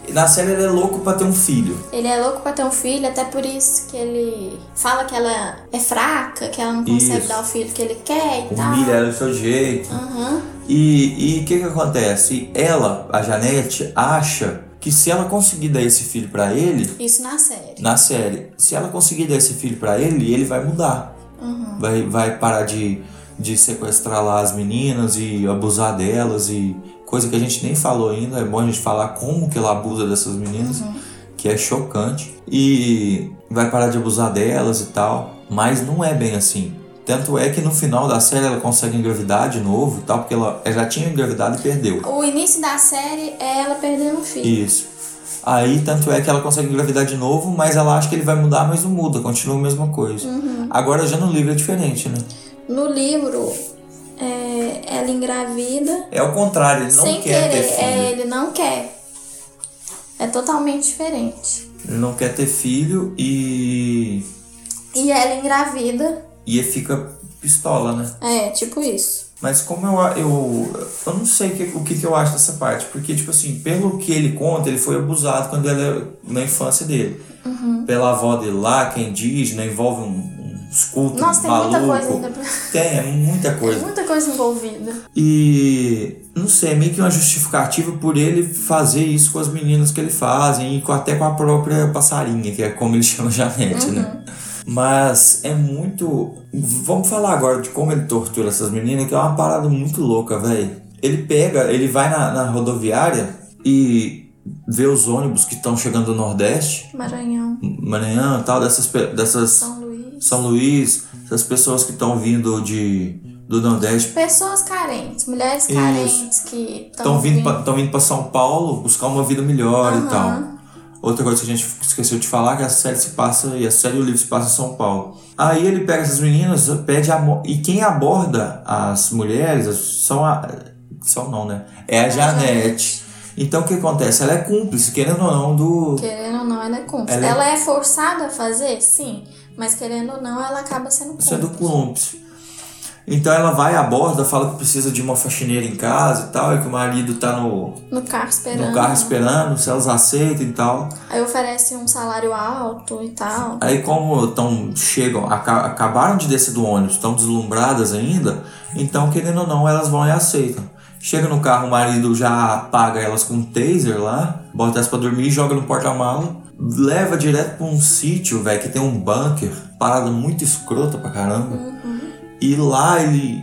E Na série ele é louco pra ter um filho. ele é louco pra ter um filho, até por isso que ele fala que ela é fraca, que ela não consegue Isso. dar o filho que ele quer e tal. Humilha ela do seu jeito. Aham. E o que, que acontece? Ela, a Janete, acha que se ela conseguir dar esse filho pra ele, Isso na série. na série, se ela conseguir dar esse filho pra ele, ele vai mudar. Uhum. Vai, vai parar de, de sequestrar lá as meninas e abusar delas e coisa que a gente nem falou ainda. É bom a gente falar como que ela abusa dessas meninas, que é chocante. E vai parar de abusar delas e tal, mas não é bem assim. Tanto é que no final da série ela consegue engravidar de novo e tal, porque ela ela já tinha engravidado e perdeu. O início da série é ela perdendo o filho. Isso. Aí, tanto é que ela consegue engravidar de novo, mas ela acha que ele vai mudar, mas não muda, continua a mesma coisa. Uhum. Agora já no livro é diferente, né? No livro, é, ela engravida É o contrário, ele não sem quer querer. ter É, filho. ele não quer. É totalmente diferente. Ele não quer ter filho e. E ela engravida. E ele fica pistola, né? É, tipo isso. Mas como eu, a- eu, eu não sei o que, o que que eu acho dessa parte, porque, tipo assim, pelo que ele conta, ele foi abusado quando ele era na infância dele. Uhum. Pela avó dele lá, que é indígena, envolve um, uns cultos Nossa, tem maluco. muita coisa ainda pra- Tem, é muita coisa. Muita coisa envolvida. E não sei, é meio que uma justificativa por ele fazer isso com as meninas que ele fazem e com, até com a própria passarinha, que é como ele chama Janete, né? Mas é muito. Vamos falar agora de como ele tortura essas meninas, que é uma parada muito louca, velho. Ele pega, ele vai na, na rodoviária e vê os ônibus que estão chegando do Nordeste, Maranhão, Maranhão e tal, dessas, pe- dessas São Luís. São Luís, essas pessoas que estão vindo de, do Nordeste Pessoas carentes, mulheres Isso. carentes que Tá estão vindo, pra- tão vindo para São Paulo buscar uma vida melhor e Aham. tal. Outra coisa que a gente esqueceu de falar é que a série se passa, e a série e o livro se passa em São Paulo. Aí ele pega essas meninas, pede amor. E quem aborda as mulheres são a. São não, né? É a Janete. Então o que acontece? Ela é cúmplice, querendo ou não, do. Querendo ou não, ela é cúmplice. Ela Ela, é- é forçada a fazer? Sim. Mas querendo ou não, ela acaba sendo cúmplice. sendo é cúmplice. Então ela vai à borda, fala que precisa de uma faxineira em casa e tal, e que o marido tá no, No carro esperando. no carro esperando, se elas aceitam e tal. Aí oferece um salário alto e tal. Aí como tão, chegam, aca- acabaram de descer do ônibus, estão deslumbradas ainda, então querendo ou não, elas vão e aceitam. Chega no carro, o marido já apaga elas com um taser lá, bota elas pra dormir, joga no porta-mala, leva direto pra um sítio, velho, que tem um bunker, parada muito escrota pra caramba. E lá ele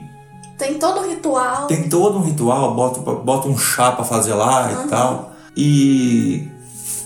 Tem todo o ritual. tem todo um ritual, bota, bota um chá pra fazer lá Uhum. e tal. E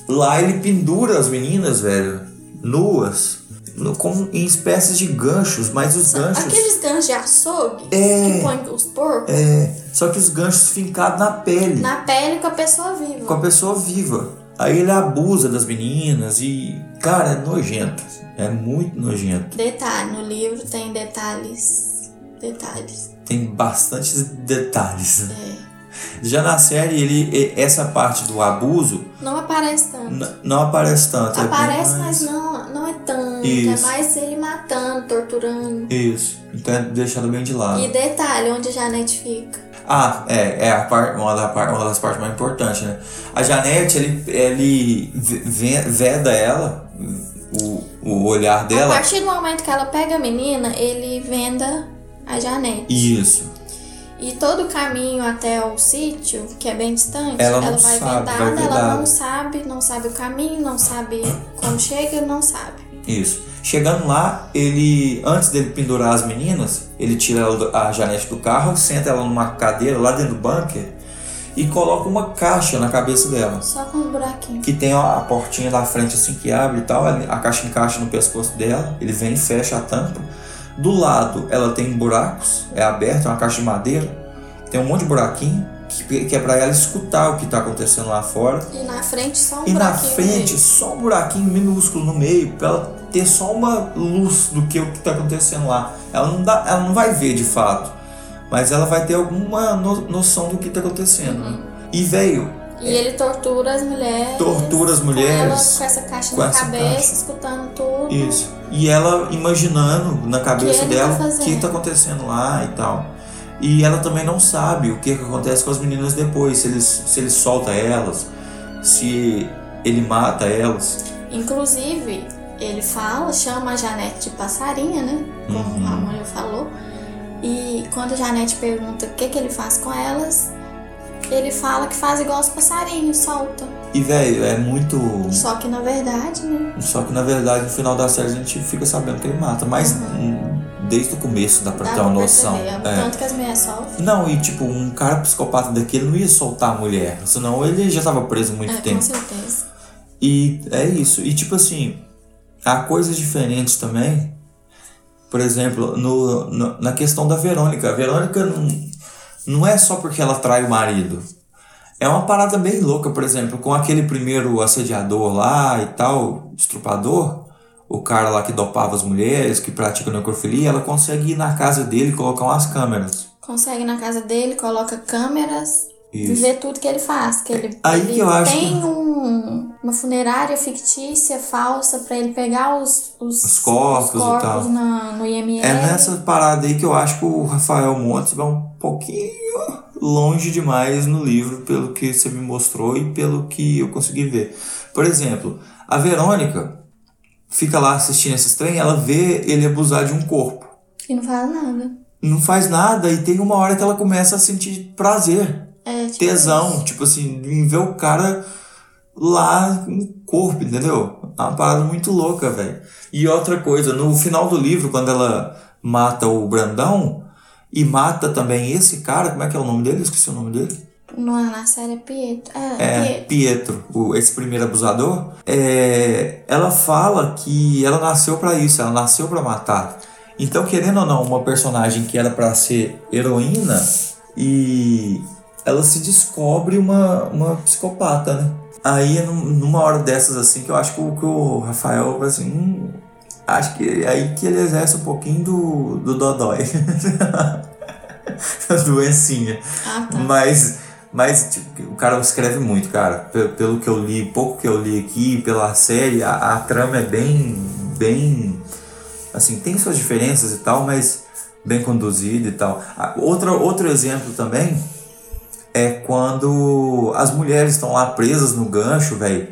lá ele pendura as meninas, velho, nuas, no- com, em espécies de ganchos, mas os ganchos. Aqueles ganchos de açougue que põe os porcos É, só que os ganchos fincados na pele, na pele com a pessoa viva. com a pessoa viva. Aí ele abusa das meninas e. Cara, é nojento. É muito nojento. Detalhe, no livro tem detalhes. Detalhes. Tem bastantes detalhes. É. Já na série, ele, e- essa parte do abuso Não aparece tanto. n- não aparece tanto. é bem Aparece, mais- mas não, não é tanto. Isso. É mais ele matando, torturando. Isso. Então é deixado bem de lado. E detalhe, onde a Janete fica. Ah, é, é a par, uma, da par- uma das partes mais importantes, né? A Janete, ele, ele ve- ve- veda ela, o, o olhar A dela. partir do momento que ela pega a menina, ele venda a Janete. Isso. E todo o caminho até o sítio, que é bem distante, Ela não vai sabe, vendada, vai ela vedada. não sabe, não sabe o caminho, não sabe como chega, não sabe. Isso. Chegando lá, ele. Antes dele pendurar as meninas, ele tira ela do- a Janete do carro, senta ela numa cadeira lá dentro do bunker e coloca uma caixa na cabeça dela. Só com os buraquinhos. que tem a a portinha da frente assim que abre e tal, ele- a caixa encaixa no pescoço dela, ele vem e fecha a tampa. Do lado ela tem buracos, é aberta, é uma caixa de madeira, tem um monte de buraquinho, que, que é pra ela escutar o que tá acontecendo lá fora. E na frente só um E na buraquinho. frente, mesmo. só um buraquinho minúsculo no meio, pra ela ter só uma luz do que o que tá acontecendo lá. Ela não, dá, ela não vai ver de fato, mas ela vai ter alguma no- noção do que tá acontecendo. né? Uhum. E veio, E ele tortura as mulheres. tortura as Com, ela, mulheres. com essa caixa com na essa cabeça, caixa. escutando tudo. Isso. E ela imaginando na cabeça Que ele tá dela o fazendo. que tá acontecendo lá e tal. E ela também não sabe o que, que acontece com as meninas depois, se ele, se ele solta elas, se ele mata elas. Inclusive, ele fala, chama a Janete de passarinha, né? Como Uhum. a Ramon falou. E quando a Janete pergunta o que, que ele faz com elas, ele fala que faz igual os passarinhos, solta. E velho, é muito. Só que na verdade, né? Só que na verdade no final da série a gente fica sabendo que ele mata, mas hum, desde o começo dá pra Uhum. Dá ter pra uma noção. perceber. um É. Tanto que as mulheres sofrem. Não, e tipo, um cara psicopata daquele não ia soltar a mulher, senão ele já tava preso há muito É, tempo. com certeza. E é isso. E tipo assim, há coisas diferentes também. Por exemplo, no, no- na questão da Verônica. A Verônica não, não é só porque ela trai o marido. É uma parada bem louca, por exemplo, com aquele primeiro assediador lá e tal, estrupador, o cara lá que dopava as mulheres, que pratica necrofilia, ela consegue ir na casa dele e colocar umas câmeras. Consegue na casa dele, coloca câmeras, Isso. vê tudo que ele faz. Que ele, Aí ele que eu acho tem que- um- uma funerária fictícia, falsa, pra ele pegar os, os, Os corpos e corpos tal. na- no IML. É nessa parada aí que eu acho que o Rafael Montes vai um pouquinho longe demais no livro, pelo que você me mostrou e pelo que eu consegui ver. Por exemplo, a Verônica fica lá assistindo esses trem, ela vê ele abusar de um corpo. E não fala nada. Não faz nada e tem uma hora que ela começa a sentir prazer, É, tipo, tesão, tipo assim, em ver o cara lá com o corpo, entendeu? É uma parada muito louca, velho. E outra coisa, no final do livro, quando ela mata o Brandão e mata também esse cara, como é que é o nome dele? Eu esqueci o nome dele. Não é na série é Pietro. É, É, Pietro. Pietro, o, esse primeiro abusador. É, ela fala que ela nasceu pra isso, ela nasceu pra matar. Então, querendo ou não, uma personagem que era pra ser heroína e ela se descobre uma, uma psicopata, né? Aí, num- numa hora dessas, assim, que eu acho que o, que o Rafael, assim, hum, acho que é aí que ele exerce um pouquinho do, do Dodói. da doencinha. Ah, tá. Mas, mas tipo, o cara escreve muito, cara. Pe- Pelo, que eu li, pouco que eu li aqui, pela série, a, a trama é bem, bem, assim, tem suas diferenças e tal, mas bem conduzida e tal. Ah, Outra, outro exemplo também é quando as mulheres estão lá presas no gancho, velho.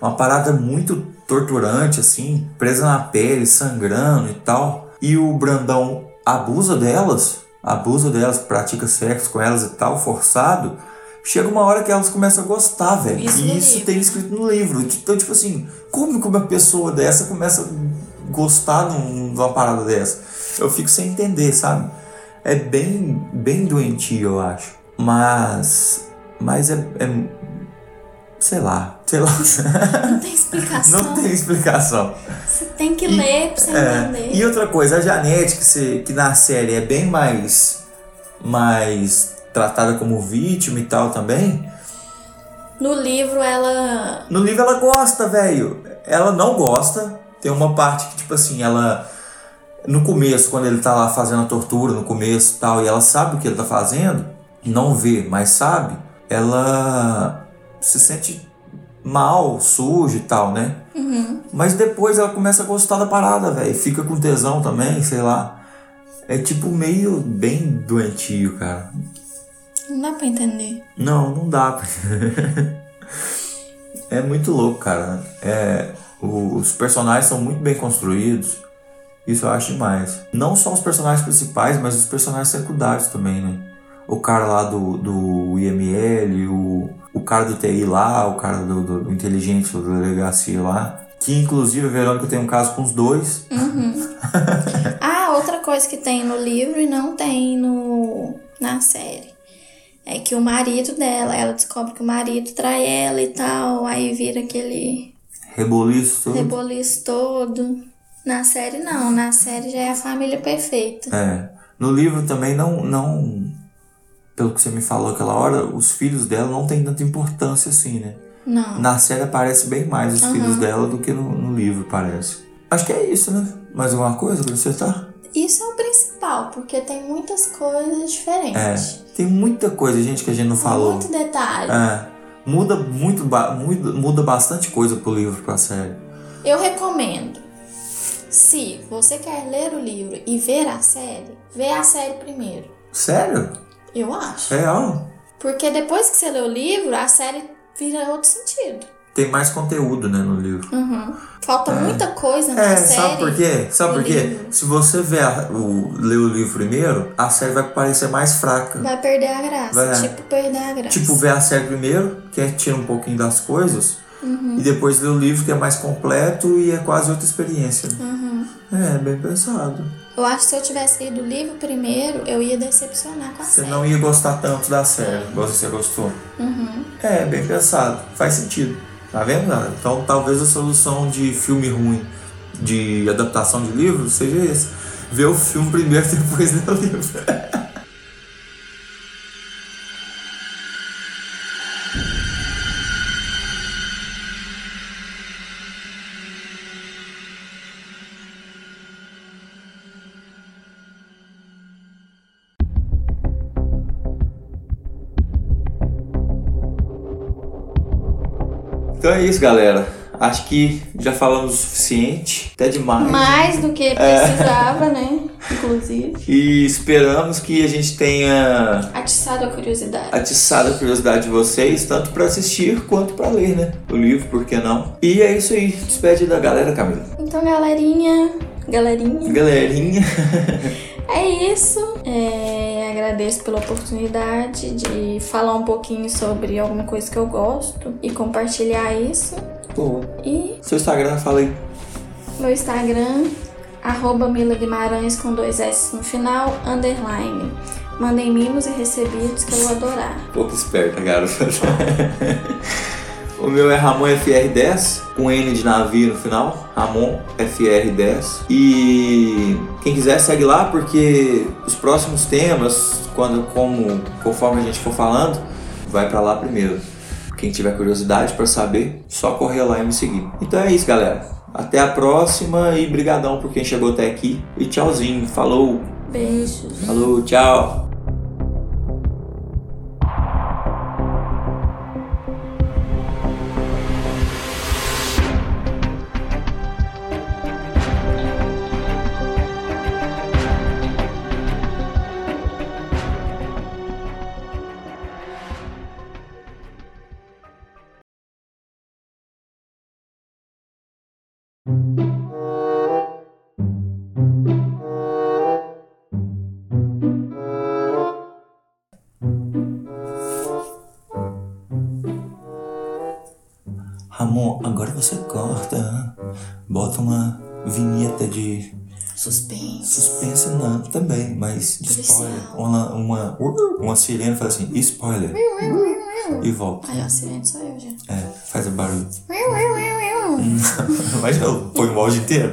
Uma parada muito torturante, assim, presa na pele, sangrando e tal. E o Brandão abusa delas, abusa delas, pratica sexo com elas e tal, forçado. Chega uma hora que elas começam a gostar, velho. Isso no E isso livro. tem escrito no livro. Então, tipo assim, como que uma pessoa dessa começa a gostar de um- de uma parada dessa? Eu fico sem entender, sabe? É bem, bem doentio, eu acho. Mas. Mas é. é- sei lá. Sei lá. Não tem explicação. Não tem explicação. Você tem que ler pra você É, entender. E outra coisa, a Janete, que, se- que na série é bem mais. mais tratada como vítima e tal também. No livro ela. No livro ela gosta, velho. Ela não gosta. Tem uma parte que, tipo assim, ela. No começo, quando ele tá lá fazendo a tortura, no começo e tal, e ela sabe o que ele tá fazendo, não vê, mas sabe, ela se sente mal, suja e tal, né? Uhum. Mas depois ela começa a gostar da parada, velho. Fica com tesão também, sei lá. É tipo meio bem doentio, cara. Não dá pra entender. Não, não dá. é muito louco, cara. É, o- os personagens são muito bem construídos. Isso eu acho demais. Não só os personagens principais, mas os personagens secundários também, né? O cara lá do, do IML, o, o cara do TI lá, o cara do, do inteligente da delegacia lá. Que inclusive a Verônica tem um caso com os dois. Uhum. ah, outra coisa que tem no livro e não tem no na série. É que o marido dela, ela descobre que o marido trai ela e tal, aí vira aquele Reboliço. todo. reboliço todo. Na série não, na série já é a família perfeita. É. No livro também não, não. Pelo que você me falou aquela hora, os filhos dela não tem tanta importância assim, né? Não. Na série aparece bem mais os Aham. filhos dela do que no, no livro, parece. Acho que é isso, né? Mais alguma coisa pra acertar? Isso é o principal, porque tem muitas coisas diferentes. Tem muita coisa, gente, que a gente não É. falou. Muito detalhe. É. Muda muito, ba- muda, muda bastante coisa pro livro, pra série. Eu recomendo. Se você quer ler o livro e ver a série, vê a série primeiro. Sério? É Eu acho. Real? Porque depois que você lê o livro, a série vira outro sentido. Tem mais conteúdo, né, no livro. Uhum. Falta muita coisa na É, série. sabe por quê? Sabe no por quê? livro. Se você ver a- o, ler o livro primeiro, a série vai parecer mais fraca. Vai perder a graça. Vai. Tipo, perder a graça. Tipo, ver a série primeiro, que é tira um pouquinho das coisas, e depois ler o livro que é mais completo e é quase outra experiência. Uhum. É, bem pensado. Eu acho que se eu tivesse lido o livro primeiro, eu ia decepcionar com a Você série. não ia gostar tanto da série, igual você gostou. É, bem pensado. Faz sentido. Tá vendo, cara? Então talvez a solução de filme ruim, de adaptação de livro, seja esse. Ver o filme primeiro, depois ler o livro. Então é isso, galera. Acho que já falamos o suficiente, até demais. Mais do É. que precisava, né? Inclusive. E esperamos que a gente tenha Atiçado a curiosidade. atiçado a curiosidade de vocês, tanto pra assistir quanto pra ler, né? O livro, por que não? E é isso aí. Despede da galera, Camila. Então, galerinha. Galerinha. Galerinha. É isso. É, agradeço pela oportunidade de falar um pouquinho sobre alguma coisa que eu gosto e compartilhar isso. Pô, E seu Instagram, fala aí. meu Instagram, arroba Mila Guimarães com dois S no final, underline. Mandem mimos e recebidos que eu vou adorar. Pouco esperta, garota. o meu é Ramon FR10, com N de navio no final. Ramon FR10. E quem quiser segue lá, porque os próximos temas, quando, como, conforme a gente for falando, vai pra lá primeiro. Quem tiver curiosidade pra saber, só correr lá e me seguir. Então é isso, galera. Até a próxima e brigadão por quem chegou até aqui. E tchauzinho. Falou. Beijos. Falou, tchau. Ramon, agora você corta, bota uma vinheta de Suspense. suspense não, também, mas de Policial. spoiler. Uma, uma, uma sirene faz assim, spoiler, e volta. Aí, ó, silêncio sou eu já. É, faz o barulho. Imagina, põe o áudio inteiro.